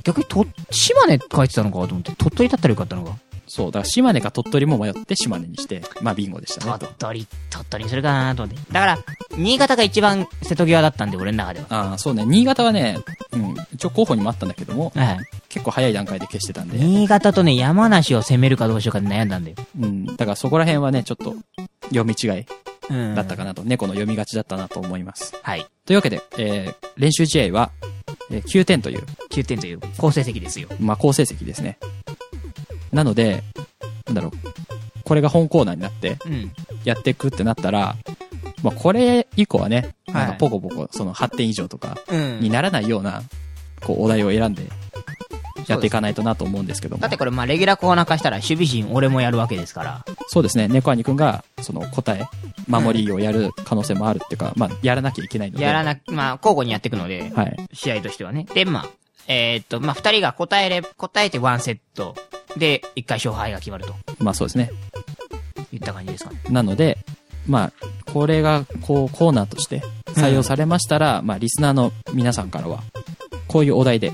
[SPEAKER 2] 逆にと、島根書いてたのかと思って、鳥取だったらよかったのか。
[SPEAKER 1] そう、だから島根か鳥取も迷って島根にして、まあビンゴでしたねと
[SPEAKER 2] 鳥。取、鳥取にするかなと思って。だから、新潟が一番瀬戸際だったんで、俺の中では。
[SPEAKER 1] ああ、そうね、新潟はね、うん、一応候補にもあったんだけども、
[SPEAKER 2] はい。
[SPEAKER 1] 結構早い段階で消してたんで、
[SPEAKER 2] 新潟とね、山梨を攻めるかどうしようかで悩んだんだよ。
[SPEAKER 1] うん、だからそこら辺はね、ちょっと読み違い
[SPEAKER 2] うん
[SPEAKER 1] だったかなと、猫の読みがちだったなと思います。
[SPEAKER 2] はい。
[SPEAKER 1] というわけで、えー、練習試合は、えー9点という、
[SPEAKER 2] 9点という好成績ですよ。
[SPEAKER 1] まあ、好成績ですね。なので、なんだろう、これが本コーナーになって、
[SPEAKER 2] うん。
[SPEAKER 1] やっていくってなったら、まあ、これ以降はね、
[SPEAKER 2] はい
[SPEAKER 1] なんかポコポコ、その8点以上とか
[SPEAKER 2] うん
[SPEAKER 1] にならないような、こう、お題を選んで、やっていかないとなと思うんですけども。
[SPEAKER 2] だってこれ、まあ、レギュラーコーナー化したら、守備陣俺もやるわけですから。
[SPEAKER 1] そうですね、猫兄くんが、その答え、守りをやる可能性もあるっていうか、まあ、やらなきゃいけないので。
[SPEAKER 2] やらな、まあ、交互にやっていくので、
[SPEAKER 1] はい。
[SPEAKER 2] 試合としてはね。で、まあ、えーっと、まあ、二人が答えれ、答えてワンセット。で、一回勝敗が決まると
[SPEAKER 1] まあそうですね。
[SPEAKER 2] いった感じですかね。
[SPEAKER 1] なので、まあ、これが、こう、コーナーとして採用されましたら、まあ、リスナーの皆さんからは、こういうお題で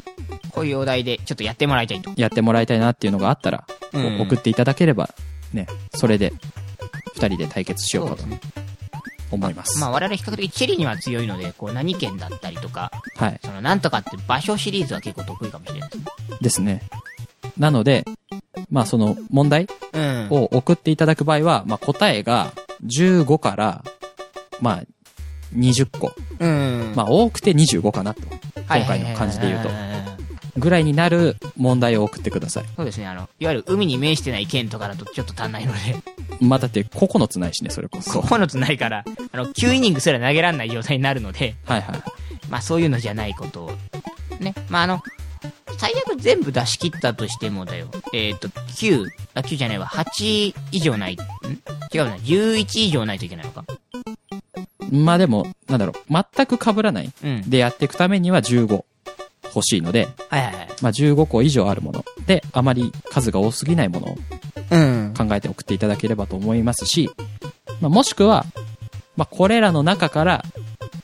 [SPEAKER 2] こういうお題で、ちょっとやってもらいたいと。
[SPEAKER 1] やってもらいたいなっていうのがあったら、こう
[SPEAKER 2] うん
[SPEAKER 1] 送っていただければ、ね、それで、二人で対決しようかと
[SPEAKER 2] ね。
[SPEAKER 1] 思います。
[SPEAKER 2] まあ、我々比較的地理には強いので、こう、何県だったりとか、
[SPEAKER 1] はい。
[SPEAKER 2] その、なんとかって場所シリーズは結構得意かもしれないですね。
[SPEAKER 1] ですね。なので、まあ、その問題
[SPEAKER 2] うん。
[SPEAKER 1] を送っていただく場合は、まあ、答えが15から、まあ、20個。
[SPEAKER 2] うん。
[SPEAKER 1] まあ、多くて25かなと。今回の感じで言うと。ぐらいになる問題を送ってください。
[SPEAKER 2] そうですね、あの、いわゆる海に面してない県とかだとちょっと足んないので、
[SPEAKER 1] まあ、だって9つないしね、それこそ。
[SPEAKER 2] 9つないから、あの、9イニングすら投げられない状態になるので、
[SPEAKER 1] はいはい。
[SPEAKER 2] まあそういうのじゃないことを。ね。まああの、最悪全部出し切ったとしてもだよ。えっ、と、9、あ、9じゃないわ。8以上ない。ん違うな。11以上ないといけないのか。
[SPEAKER 1] まあでも、なんだろう、全く被らない
[SPEAKER 2] うん。
[SPEAKER 1] でやっていくためには15欲しいので、
[SPEAKER 2] はいはいはい。
[SPEAKER 1] まあ15個以上あるもので、あまり数が多すぎないものを
[SPEAKER 2] うん。
[SPEAKER 1] 考えて送っていただければと思いますし、まあもしくは、まあこれらの中から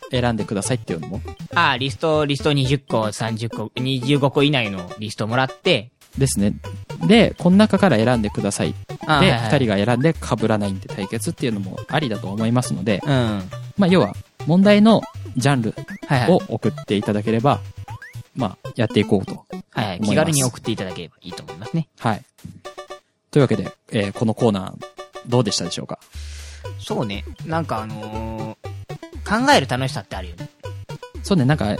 [SPEAKER 1] 選んでくださいっていうのも、
[SPEAKER 2] ああ、リスト、リスト20個、30個、25個以内のリストもらって、
[SPEAKER 1] ですね。で、この中から選んでください。で、
[SPEAKER 2] あ
[SPEAKER 1] 二、
[SPEAKER 2] はいはい
[SPEAKER 1] 人が選んで被らないんで対決っていうのもありだと思いますので、
[SPEAKER 2] うん。はい
[SPEAKER 1] まあ要は問題のジャンル
[SPEAKER 2] はい。
[SPEAKER 1] を送っていただければ、まあ、やっていこうと。
[SPEAKER 2] はいは
[SPEAKER 1] 思
[SPEAKER 2] い。
[SPEAKER 1] います
[SPEAKER 2] 気軽に送っていただければいいと思いますね。
[SPEAKER 1] はい。というわけで、えーこのコーナー、どうでしたでしょうか
[SPEAKER 2] そうね。なんかあのー考える楽しさってあるよね。
[SPEAKER 1] そうね、なんか、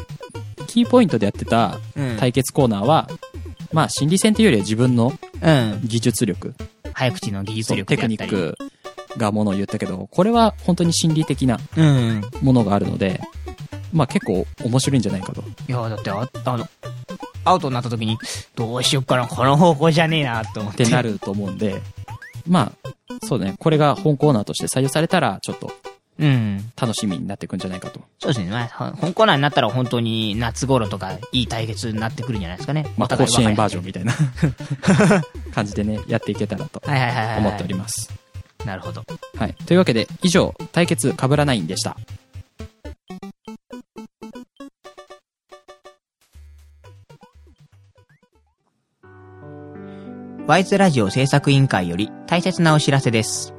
[SPEAKER 1] キーポイントでやってた
[SPEAKER 2] うん
[SPEAKER 1] 対決コーナーは、まあ、心理戦というよりは自分の
[SPEAKER 2] うん。
[SPEAKER 1] 技術力、
[SPEAKER 2] 早口の技術
[SPEAKER 1] そうテ
[SPEAKER 2] 力で
[SPEAKER 1] ク
[SPEAKER 2] あっ
[SPEAKER 1] ニ
[SPEAKER 2] た
[SPEAKER 1] ッ
[SPEAKER 2] り。
[SPEAKER 1] クがものを言ったけど、これは本当に心理的な
[SPEAKER 2] うん。
[SPEAKER 1] ものがあるので、まあ結構面白いんじゃないかと。
[SPEAKER 2] いや、だってあ、あの、アウトになった時に、どうしよっかな、この方向じゃねえな、と思っ。
[SPEAKER 1] っててなると思うんで、まあ、そうね、これが本コーナーとして採用されたら、ちょっと
[SPEAKER 2] うん。
[SPEAKER 1] 楽しみになっていくんじゃないかと。
[SPEAKER 2] そうですね。まあ、本コーナーになったら本当に夏頃とかいい対決になってくるんじゃないですかね。
[SPEAKER 1] ま
[SPEAKER 2] お
[SPEAKER 1] あ、
[SPEAKER 2] 互
[SPEAKER 1] 甲
[SPEAKER 2] い
[SPEAKER 1] 子園バージョン
[SPEAKER 2] ン。
[SPEAKER 1] みたいな 感じでね、やっていけたらと
[SPEAKER 2] はいはいはいはい。
[SPEAKER 1] 思っております。
[SPEAKER 2] す。なるほど。
[SPEAKER 1] はい。というわけで、以上、対決かぶらないんでした。
[SPEAKER 2] ワイズラジオ制作委員会より大切なお知らせです。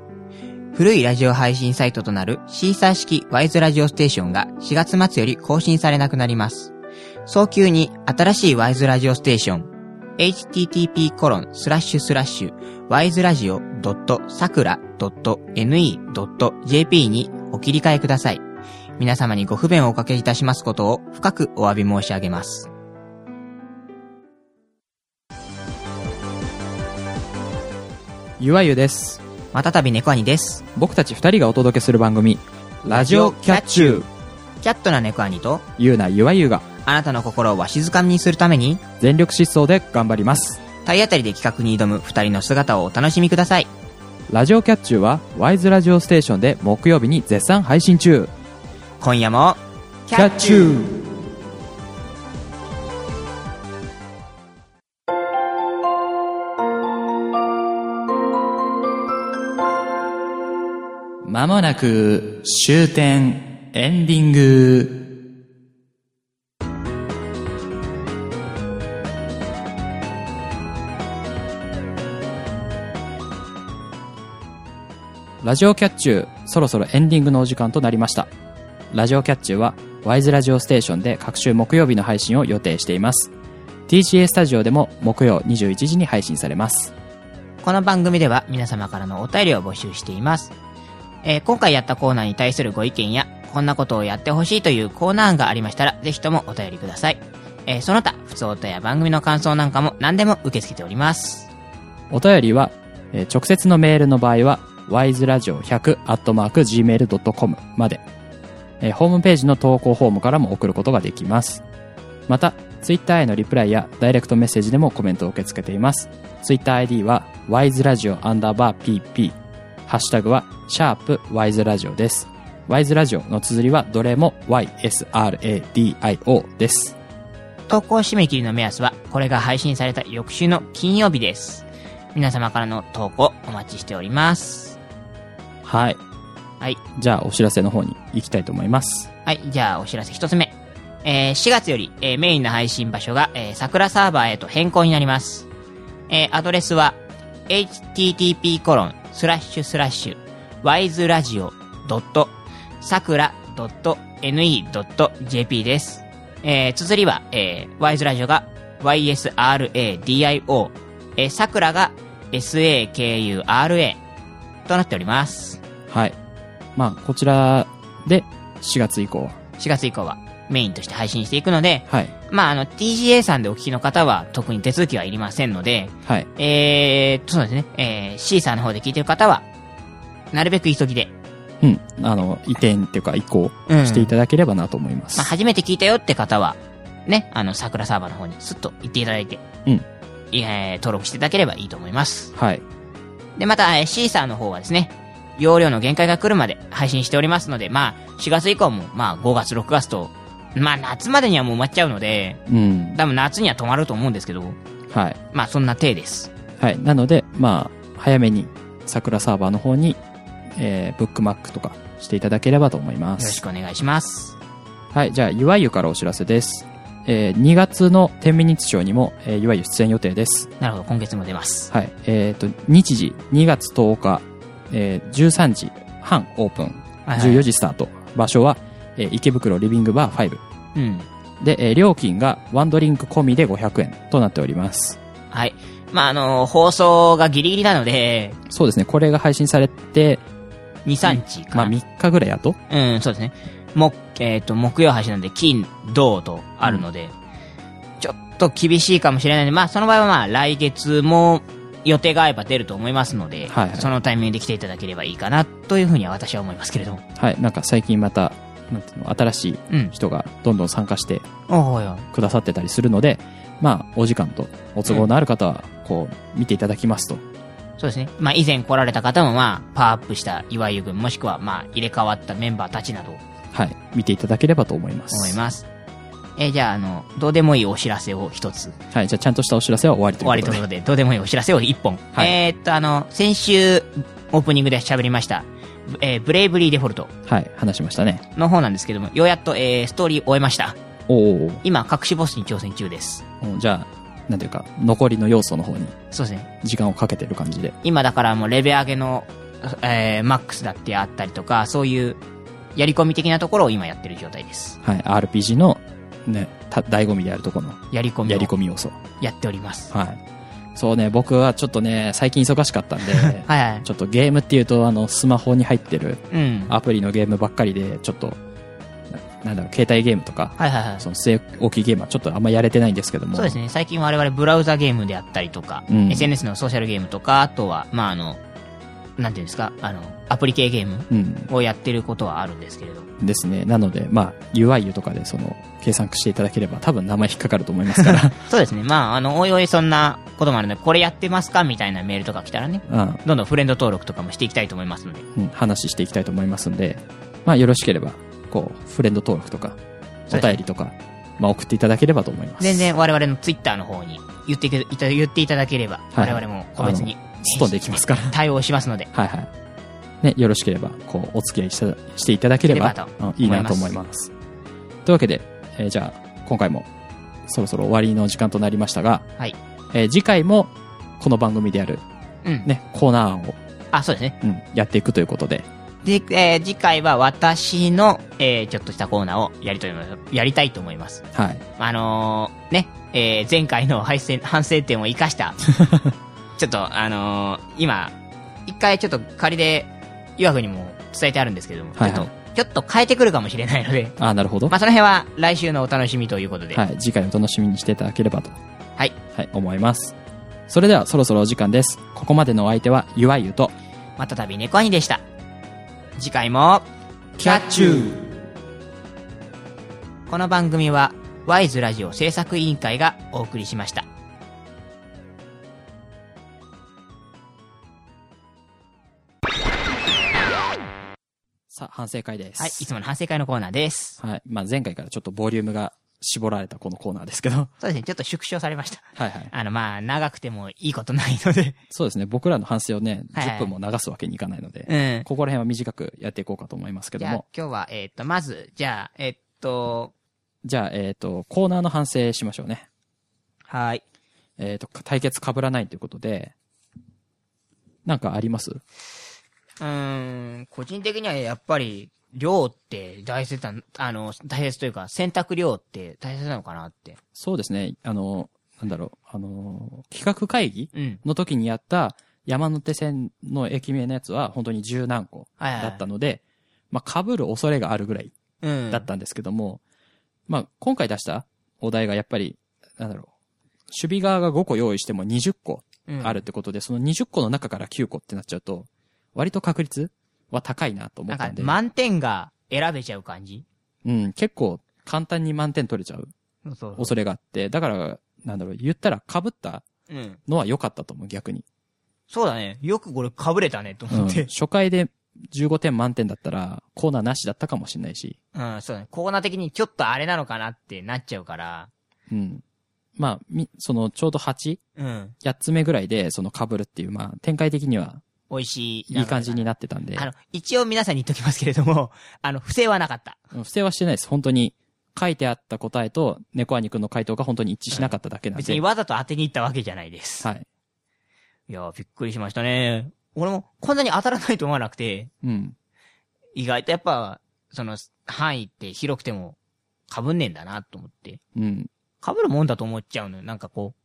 [SPEAKER 2] 古いラジオ配信サイトとなるシーサー式ワイズラジオステーションが4月末より更新されなくなります。早急に新しいワイズラジオステーション http://wiseradio.sakura.ne.jp にお切り替えください。皆様にご不便をおかけいたしますことを深くお詫び申し上げます。
[SPEAKER 1] ゆあゆです。
[SPEAKER 2] またたび猫兄です。
[SPEAKER 1] 僕たち二人がお届けする番組、ラジオキャッチュー。
[SPEAKER 2] キャットな猫兄と
[SPEAKER 1] ゆうなゆあゆが
[SPEAKER 2] あなたの心をわしづかみにするために、
[SPEAKER 1] 全力疾走で頑張ります。
[SPEAKER 2] 体当たりで企画に挑む二人の姿をお楽しみください。
[SPEAKER 1] ラジオキャッチューは、ワイズラジオステーションで木曜日に絶賛配信中。
[SPEAKER 2] 今夜も、キ
[SPEAKER 1] ューまもなく終点エンディングラジオキャッチューそろそろエンディングのお時間となりましたラジオキャッチューは、ワイズラジオステーションで各週木曜日の配信を予定しています。TCA スタジオでも木曜21時に配信されます。
[SPEAKER 2] この番組では皆様からのお便りを募集しています。えー今回やったコーナーに対するご意見や、こんなことをやってほしいというコーナー案がありましたら、ぜひともお便りください。えーその他、普通音や番組の感想なんかも何でも受け付けております。
[SPEAKER 1] お便りは、えー直接のメールの場合は、wiseradio100-gmail.com まで、えーホームページの投稿フォームからも送ることができます。また、Twitter へのリプライやダイレクトメッセージでもコメントを受け付けています。TwitterID は、wiseradio_pp。ハッシュタグは、シャープ wiseradio です。wiseradio の綴りは、どれも ysradio です。
[SPEAKER 2] 投稿締め切りの目安は、これが配信された翌週の金曜日です。皆様からの投稿お待ちしております。
[SPEAKER 1] はい。
[SPEAKER 2] はい。
[SPEAKER 1] じゃあ、お知らせの方に行きたいと思います。
[SPEAKER 2] はい、じゃあお知らせ一つ目。えー4月より、えーメインの配信場所が、えー桜サーバーへと変更になります。えーアドレスは、http コロンスラッシュスラッシュ wiseradio.sakura.ne.jp です。えー、綴りは、えー、wiseradio が ysradio、えー、桜が sakura となっております。
[SPEAKER 1] はい。まあ、こちらで4月以降。
[SPEAKER 2] 4月以降はメインとして配信していくので、
[SPEAKER 1] はい。
[SPEAKER 2] まあ、あの、TGA さんでお聞きの方は特に手続きはいりませんので、
[SPEAKER 1] はい。
[SPEAKER 2] えーっと、そうですね、えー、C さんの方で聞いてる方は、なるべく急ぎで、
[SPEAKER 1] うん。あの、移転っていうか移行
[SPEAKER 2] うん
[SPEAKER 1] していただければなと思います。
[SPEAKER 2] まあ、初めて聞いたよって方は、ね、あの、桜サーバーの方にスッと行っていただいて、
[SPEAKER 1] うん
[SPEAKER 2] えー登録していただければいいと思います。
[SPEAKER 1] はい。
[SPEAKER 2] で、また、えー、C さんの方はですね、容量の限界が来るまで配信しておりますので、まあ、4月以降も、まあ、5月、6月と、まあ、夏までにはもう埋まっちゃうので、
[SPEAKER 1] うん。
[SPEAKER 2] 多分夏には止まると思うんですけど、
[SPEAKER 1] はい。
[SPEAKER 2] まあ、そんな体です。
[SPEAKER 1] はい。なので、まあ、早めに桜サーバーの方に、えー、ブックマックとかしていただければと思いま
[SPEAKER 2] よろし
[SPEAKER 1] す。
[SPEAKER 2] くお願いします。
[SPEAKER 1] はい。じゃあ、ゆわゆからお知らせです。えー、2月の10ミニッツショーにも、えー、ゆわゆ出演予定です。
[SPEAKER 2] なるほど、今月も出ます。
[SPEAKER 1] はい。えっ、と、日時2月10日、えー13時半オープン、
[SPEAKER 2] はいはい
[SPEAKER 1] 14時スタート。場所は、えー池袋リビングバー5。
[SPEAKER 2] うん。
[SPEAKER 1] で、えー料金がワンドリンク込みで500円となっております。
[SPEAKER 2] はい。まあ、あの放送がギリギリなので、
[SPEAKER 1] そうですね、これが配信されて、
[SPEAKER 2] 2、3日か
[SPEAKER 1] ま
[SPEAKER 2] な。
[SPEAKER 1] あ3日ぐらいやと
[SPEAKER 2] うん、そうですね。も、えっ、と、木曜配信なんで、金、銅とあるので、ちょっと厳しいかもしれないので、まあ、その場合はまあ、来月も予定が合えば出ると思いますので、
[SPEAKER 1] はいはい
[SPEAKER 2] そのタイミングで来ていただければいいかな、というふうには私は思いますけれども。
[SPEAKER 1] はい、なんか最近また、なんていうの、新しい
[SPEAKER 2] うん。
[SPEAKER 1] 人がどんどん参加して
[SPEAKER 2] おーおいおい
[SPEAKER 1] くださってたりするので、まあ、お時間とお都合のある方は、こう、見ていただきますと。
[SPEAKER 2] そうですね。まあ、以前来られた方も、まあ、パワーアップした岩井ゆ軍、もしくは、まあ、入れ替わったメンバーたちなど、
[SPEAKER 1] はい。見ていただければと思います。
[SPEAKER 2] 思います。えーじゃあ、あの、どうでもいいお知らせを一つ。
[SPEAKER 1] はい。じゃあ、ちゃんとしたお知らせは終わりという
[SPEAKER 2] 終
[SPEAKER 1] こ
[SPEAKER 2] わ
[SPEAKER 1] とで。
[SPEAKER 2] りということで、どうでもいいお知らせを一本。
[SPEAKER 1] はい
[SPEAKER 2] えーっと、あの、先週、オープニングで喋りました、えーブレイブリーデフォルト
[SPEAKER 1] はい。話しましたね。
[SPEAKER 2] の方なんですけども、ようやっと、えーストーリー終えました。
[SPEAKER 1] おーおー
[SPEAKER 2] 今、隠しボスに挑戦中です。
[SPEAKER 1] おーじゃあ、なんていうか、残りの要素の方に
[SPEAKER 2] そうですね。
[SPEAKER 1] 時間をかけてる感じで。
[SPEAKER 2] 今だからもうレベル上げの、えーマックスだってあったりとか、そういう、やり込み的なところを今やってる状態です。
[SPEAKER 1] はい。RPG の、ね、た、醍醐味であるところの、
[SPEAKER 2] やり込み
[SPEAKER 1] やり
[SPEAKER 2] を
[SPEAKER 1] 込み要素。
[SPEAKER 2] やっております。
[SPEAKER 1] はい。そうね、僕はちょっとね、最近忙しかったんで、
[SPEAKER 2] はいはい。
[SPEAKER 1] ちょっとゲームっていうと、あの、スマホに入ってる
[SPEAKER 2] うん。
[SPEAKER 1] アプリのゲームばっかりで、ちょっと、ななんだろう、携帯ゲームとか、
[SPEAKER 2] はいはいはい。
[SPEAKER 1] その据え置きゲームはちょっとあんまやれてないんですけども。
[SPEAKER 2] そうですね。最近我々ブラウザゲームであったりとか、
[SPEAKER 1] うん
[SPEAKER 2] SNS のソーシャルゲームとか、あとは、まあ、あの、なんていうんですか、あの、アプリ系ゲーム
[SPEAKER 1] うん。
[SPEAKER 2] をやってることはあるんですけれど。
[SPEAKER 1] ですね。なので、まあ、UIU とかでその、計算していただければ多分名前引っかかると思います から。
[SPEAKER 2] そうですね。まあ、あの、おいおいそんなこともあるので、これやってますかみたいなメールとか来たらね、
[SPEAKER 1] うん
[SPEAKER 2] どんどんフレンド登録とかもしていきたいと思いますので。
[SPEAKER 1] うん、話していきたいと思いますんで、まあ、よろしければ、こう、フレンド登録とか、
[SPEAKER 2] そ
[SPEAKER 1] お
[SPEAKER 2] うです
[SPEAKER 1] 便りとか、まあ、送っていただければと思います。
[SPEAKER 2] 全然我々のツイッターの方に言っていただ言っていただければ、
[SPEAKER 1] はい
[SPEAKER 2] 我々も個別に
[SPEAKER 1] すっ飛んでいきますから。
[SPEAKER 2] 対応しますので、
[SPEAKER 1] はいはい。ね、よろしければ、こう、お付き合いしたしていただければ、
[SPEAKER 2] いければと
[SPEAKER 1] うんいいなと思います。というわけで、えーじゃあ、今回も、そろそろ終わりの時間となりましたが、
[SPEAKER 2] はい
[SPEAKER 1] えー次回も、この番組である、
[SPEAKER 2] うん。
[SPEAKER 1] ね、コーナー案を、
[SPEAKER 2] あ、そうですね。
[SPEAKER 1] うん、やっていくということで、
[SPEAKER 2] で、えー次回は私の、えーちょっとしたコーナーをやりとりやりたいと思います。
[SPEAKER 1] はい。
[SPEAKER 2] あのーね、えー前回の反省反省点を生 かした、ちょっと、あのー今、一回ちょっと仮で、岩くにも伝えてあるんですけども、
[SPEAKER 1] はい
[SPEAKER 2] ちょ
[SPEAKER 1] はい
[SPEAKER 2] っと、ちょっと変えてくるかもしれないので、
[SPEAKER 1] ああ、なるほど。
[SPEAKER 2] まあ、その辺は来週のお楽しみということで、
[SPEAKER 1] はい。次回お楽しみにしていただければと、
[SPEAKER 2] はい。
[SPEAKER 1] はい、思います。それでは、そろそろお時間です。ここまでのお相手は、ゆわゆと、
[SPEAKER 2] またたび猫兄でした。次回も、
[SPEAKER 1] キャッチュー
[SPEAKER 2] この番組は、ワイズラジオ制作委員会がお送りしました。
[SPEAKER 1] さあ、反省会です。
[SPEAKER 2] はい、いつもの反省会のコーナーです。
[SPEAKER 1] はい。まあ、前回からちょっとボリュームが絞られたこのコーナーですけ ど。
[SPEAKER 2] そうですね、ちょっと縮小されました。
[SPEAKER 1] はいはい。
[SPEAKER 2] あの、まあ、長くてもいいことないので、
[SPEAKER 1] そうですね。僕らの反省をね、
[SPEAKER 2] はいはい
[SPEAKER 1] 10分も流すわけにいかないの で、
[SPEAKER 2] うん。
[SPEAKER 1] ここら辺は短くやっていこうかと思いますけ
[SPEAKER 2] じ
[SPEAKER 1] ど
[SPEAKER 2] ゃあ
[SPEAKER 1] も。、
[SPEAKER 2] 今日は、えーっと、まず、じゃあ、えーっと、
[SPEAKER 1] じゃあ、えっ、と、コーナーの反省しましょうね。
[SPEAKER 2] はい。
[SPEAKER 1] えっ、と、対決被らないということで、なんかあります
[SPEAKER 2] うーん、個人的にはやっぱり、量って大切な、あの、大切というか、選択量って大切なのかなって。
[SPEAKER 1] そうですね。あの、なんだろう、あの、企画会議
[SPEAKER 2] うん。
[SPEAKER 1] の時にやった山手線の駅名のやつは本当に十何個
[SPEAKER 2] はい、はい。
[SPEAKER 1] だったので、まあ、被る恐れがあるぐらい
[SPEAKER 2] うん。
[SPEAKER 1] だっ。たんですけども、まあ、今回出したお題がやっぱり、なんだろう、守備側が5個用意しても20個
[SPEAKER 2] うん、
[SPEAKER 1] あるっ。てことで、その20個の中から9個ってなっちゃうと、割と確率は高いなと思
[SPEAKER 2] な
[SPEAKER 1] ったん
[SPEAKER 2] ん
[SPEAKER 1] で、
[SPEAKER 2] か、満点が選べちゃう感じ
[SPEAKER 1] うん、結構簡単に満点取れちゃう
[SPEAKER 2] そうそう
[SPEAKER 1] 恐れがあって、だから、なんだろう、言ったら被った
[SPEAKER 2] うん。
[SPEAKER 1] のは良かったと思う、逆に。
[SPEAKER 2] そうだね。よくこれ被れたね、と
[SPEAKER 1] うん
[SPEAKER 2] 思って。
[SPEAKER 1] 初回で15点満点だったら、コーナーなしだったかもしれないし、
[SPEAKER 2] うん、そうだね。コーナー的にちょっとあれなのかなってなっちゃうから。
[SPEAKER 1] うん。まあ、み、その、ちょうど8、
[SPEAKER 2] うん。
[SPEAKER 1] 8つ目ぐらいで、その被るっていう、まあ、展開的には
[SPEAKER 2] 美味しい。
[SPEAKER 1] いい感じになってたんで、
[SPEAKER 2] あの、一応皆さんに言っときますけれども、あの、不正はなかった。
[SPEAKER 1] うん不正はしてないです。本当に、書いてあった答えと、猫アニくんの回答が本当に一致しなかっただけなん
[SPEAKER 2] 別
[SPEAKER 1] で。
[SPEAKER 2] にわざと当てに行ったわけじゃないです。
[SPEAKER 1] はい。
[SPEAKER 2] いやー、びっくりしましたね。俺もこんなに当たらないと思わなくて、
[SPEAKER 1] うん。
[SPEAKER 2] 意外とやっぱ、その、範囲って広くても被んねえんだなと思って。
[SPEAKER 1] うん。
[SPEAKER 2] 被るもんだと思っちゃうのよ、なんかこう。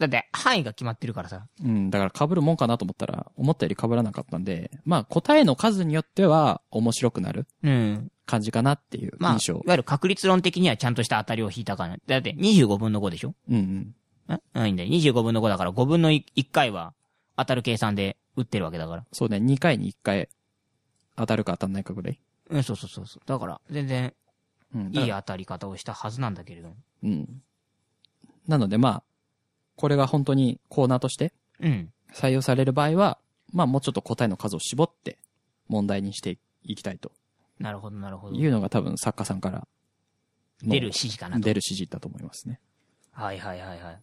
[SPEAKER 2] だって、範囲が決まってるからさ。
[SPEAKER 1] うん。だから被るもんかなと思ったら、思ったより被らなかったんで、まあ答えの数によっては面白くなる
[SPEAKER 2] うん。
[SPEAKER 1] 感じかなっていう
[SPEAKER 2] まあ、
[SPEAKER 1] 印
[SPEAKER 2] い
[SPEAKER 1] 象。
[SPEAKER 2] わゆる確率論的にはちゃんとした当たりを引いたからね。だって、25分の5でしょ
[SPEAKER 1] うんうん。
[SPEAKER 2] んないんだよ。25分の5だから5分の 1, 回は当たる計算で打ってるわけだから。
[SPEAKER 1] そうね、2回に1回当たるか当たんないかぐらい。
[SPEAKER 2] うん、そうそうそうそう。だから、全然
[SPEAKER 1] うん。だ
[SPEAKER 2] い
[SPEAKER 1] か
[SPEAKER 2] い
[SPEAKER 1] ら。
[SPEAKER 2] 当たり方をしたはずなんだけれども。
[SPEAKER 1] うん。なのでまあ、これが本当にコーナーとして
[SPEAKER 2] うん。
[SPEAKER 1] 採用される場合は、まあもうちょっと答えの数を絞って問題にしていきたいと
[SPEAKER 2] なるほど、なるほど
[SPEAKER 1] い。うのが多分作家さんからの
[SPEAKER 2] 出る指示かなと
[SPEAKER 1] 出。る指示だと思いますね。
[SPEAKER 2] はいはいはいはい。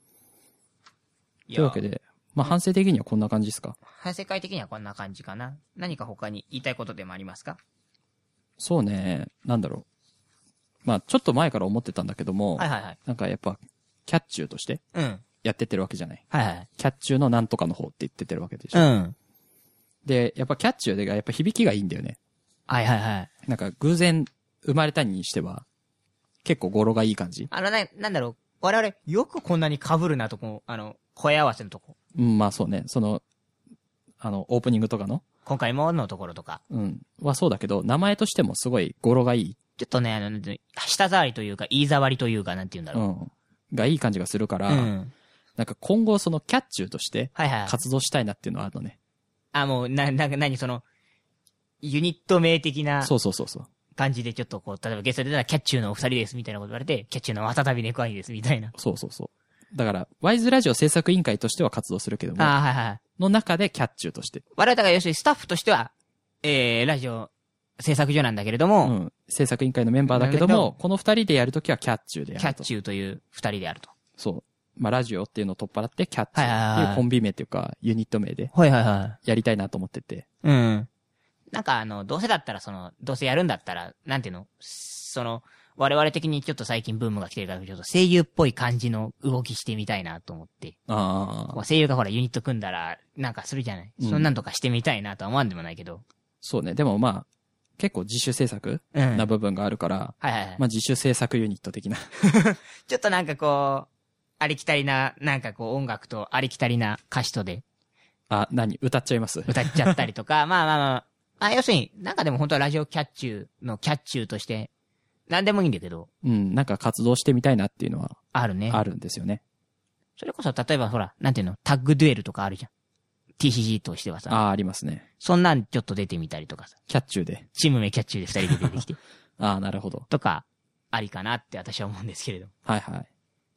[SPEAKER 1] というわけ
[SPEAKER 2] で。
[SPEAKER 1] で、まあ反省的にはこんな感じですか
[SPEAKER 2] 反省会的にはこんな感じかな。何か他に言いたいことでもありますか
[SPEAKER 1] そうね、なんだろう。まあちょっと前から思ってたんだけども、
[SPEAKER 2] はいはいはい。
[SPEAKER 1] なんかやっぱキャッチューとして
[SPEAKER 2] うん。
[SPEAKER 1] やってってるわけじゃない。
[SPEAKER 2] はいはい。
[SPEAKER 1] キャッチューのなんとかの方って言ってってるわけでしょ。
[SPEAKER 2] うん。
[SPEAKER 1] で、やっぱキャッチューでがやっぱ響きがいいんだよね。
[SPEAKER 2] はいはいはい。
[SPEAKER 1] なんか偶然生まれたにしては、結構語呂がいい感じ。
[SPEAKER 2] あの、な、なんだろう。我々、よくこんなに被るなとこ、あの、声合わせのとこ。
[SPEAKER 1] うん、まあそうね。その、あの、オープニングとかの、
[SPEAKER 2] 今回ものところとか。
[SPEAKER 1] うん、はそうだけど、名前としてもすごい語呂がいい。
[SPEAKER 2] ちょっとね、あの、なんていうの舌触りというか、言い触りというか、なんて言うんだ
[SPEAKER 1] う
[SPEAKER 2] ろ
[SPEAKER 1] ん。
[SPEAKER 2] う。
[SPEAKER 1] がいい感じがするから、
[SPEAKER 2] うん。
[SPEAKER 1] なんか今後そのキャッチューとして
[SPEAKER 2] はいはい。
[SPEAKER 1] 活動したいなっていうのはあるのね。
[SPEAKER 2] あ、もう、な、な、なに、その、ユニット名的な
[SPEAKER 1] そうそうそうそう。
[SPEAKER 2] 感じで、ちょっとこう、例えばゲストで出たら、キャッチューのお二人です、みたいなこと言われて、キャッチューの渡辺猫兄です、みたいな。
[SPEAKER 1] そうそうそう。だから、ワイズラジオ制作委員会としては活動するけども、
[SPEAKER 2] ああ、はいはい。
[SPEAKER 1] の中でキャッチューとして、
[SPEAKER 2] 我々が要するにスタッフとしては、えー、ラジオ制作所なんだけれども、
[SPEAKER 1] うん、制作委員会のメンバーだけど
[SPEAKER 2] なんだ
[SPEAKER 1] も、この二人でやるときはキャッチューでや
[SPEAKER 2] キャ
[SPEAKER 1] る
[SPEAKER 2] ッ
[SPEAKER 1] と。
[SPEAKER 2] チューという二人であると。
[SPEAKER 1] そう。まあ、ラジオっていうのを取っ払って、キャッチューっ
[SPEAKER 2] はい
[SPEAKER 1] て
[SPEAKER 2] はい
[SPEAKER 1] い
[SPEAKER 2] は
[SPEAKER 1] う
[SPEAKER 2] い
[SPEAKER 1] コンビ名っていうか、ユニット名で
[SPEAKER 2] はいはいは
[SPEAKER 1] やりたいなと思ってて。
[SPEAKER 2] い。うん。なんかあの、どうせだったらその、どうせやるんだったら、なんていうのその、我々的にちょっと最近ブームが来てるから、ちょっと声優っぽい感じの動きしてみたいなと思って。
[SPEAKER 1] あ
[SPEAKER 2] ま
[SPEAKER 1] あ。
[SPEAKER 2] あ声優がほらユニット組んだら、なんかするじゃない、
[SPEAKER 1] うん
[SPEAKER 2] そんなんとかしてみたいなとは思わんでもないけど。
[SPEAKER 1] そうね。でもまあ、結構自主制作
[SPEAKER 2] うん。はい
[SPEAKER 1] な部分があるから、
[SPEAKER 2] はいはい。
[SPEAKER 1] まあ自主制作ユニット的な。
[SPEAKER 2] ちょっとなんかこう、ありきたりな、なんかこう音楽とありきたりな歌詞とで、
[SPEAKER 1] あ、何歌っちゃいます
[SPEAKER 2] 歌っちゃったりとか、 まあまあまあ。あ、要するに、なんかでも本当はラジオキャッチューのキャッチューとして、なんでもいいんだけど、
[SPEAKER 1] うん、なんか活動してみたいなっていうのは
[SPEAKER 2] あるね。
[SPEAKER 1] あるんですよね。
[SPEAKER 2] それこそ、例えばほら、なんていうの、タッグデュエルとかあるじゃん。TCG としてはさ、
[SPEAKER 1] ああ、ありますね。
[SPEAKER 2] そんなんちょっと出てみたりとかさ、
[SPEAKER 1] キャッチューで。
[SPEAKER 2] チーム名キャッチューで二人で出て きて、
[SPEAKER 1] ああ、なるほど。
[SPEAKER 2] とか、ありかなって私は思うんですけれど。
[SPEAKER 1] はいはい。
[SPEAKER 2] ちな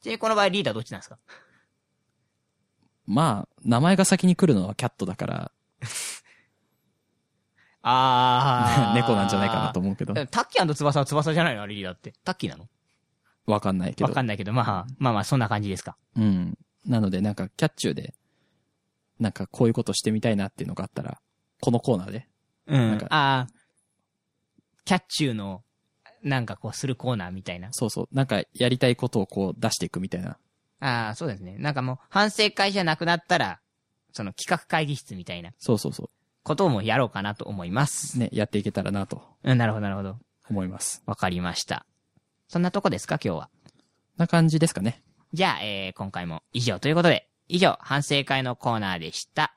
[SPEAKER 2] みにこの場合リーダーどっちなんですか
[SPEAKER 1] まあ、名前が先に来るのはキャットだから、
[SPEAKER 2] あ
[SPEAKER 1] 猫なんじゃないかなと思うけど、
[SPEAKER 2] 思タッキー翼は翼じゃないのあれリーダーって。タッキーなの
[SPEAKER 1] わかんないけど。
[SPEAKER 2] わかんないけど、まあ、まあまあ、そんな感じですか。
[SPEAKER 1] うん。なので、なんか、キャッチューで、なんか、こういうことしてみたいなっていうのがあったら、このコーナーで。
[SPEAKER 2] うん
[SPEAKER 1] なんか
[SPEAKER 2] ああ、キャッチューの、なんかこう、するコーナーみたいな。
[SPEAKER 1] そうそう。なんか、やりたいことをこう、出していくみたいな。
[SPEAKER 2] ああ、そうですね。なんかもう、反省会じゃなくなったら、その企画会議室みたいな
[SPEAKER 1] そうそうそ
[SPEAKER 2] こともやろうかなと思います。
[SPEAKER 1] う。ね、やっていけたらなと
[SPEAKER 2] うん、なるほど、なるほど。
[SPEAKER 1] 思います。
[SPEAKER 2] わかりました。そんなとこですか、今日は。
[SPEAKER 1] な感じですかね。
[SPEAKER 2] じゃあ、えー、今回も以上ということで、以上、反省会のコーナーでした。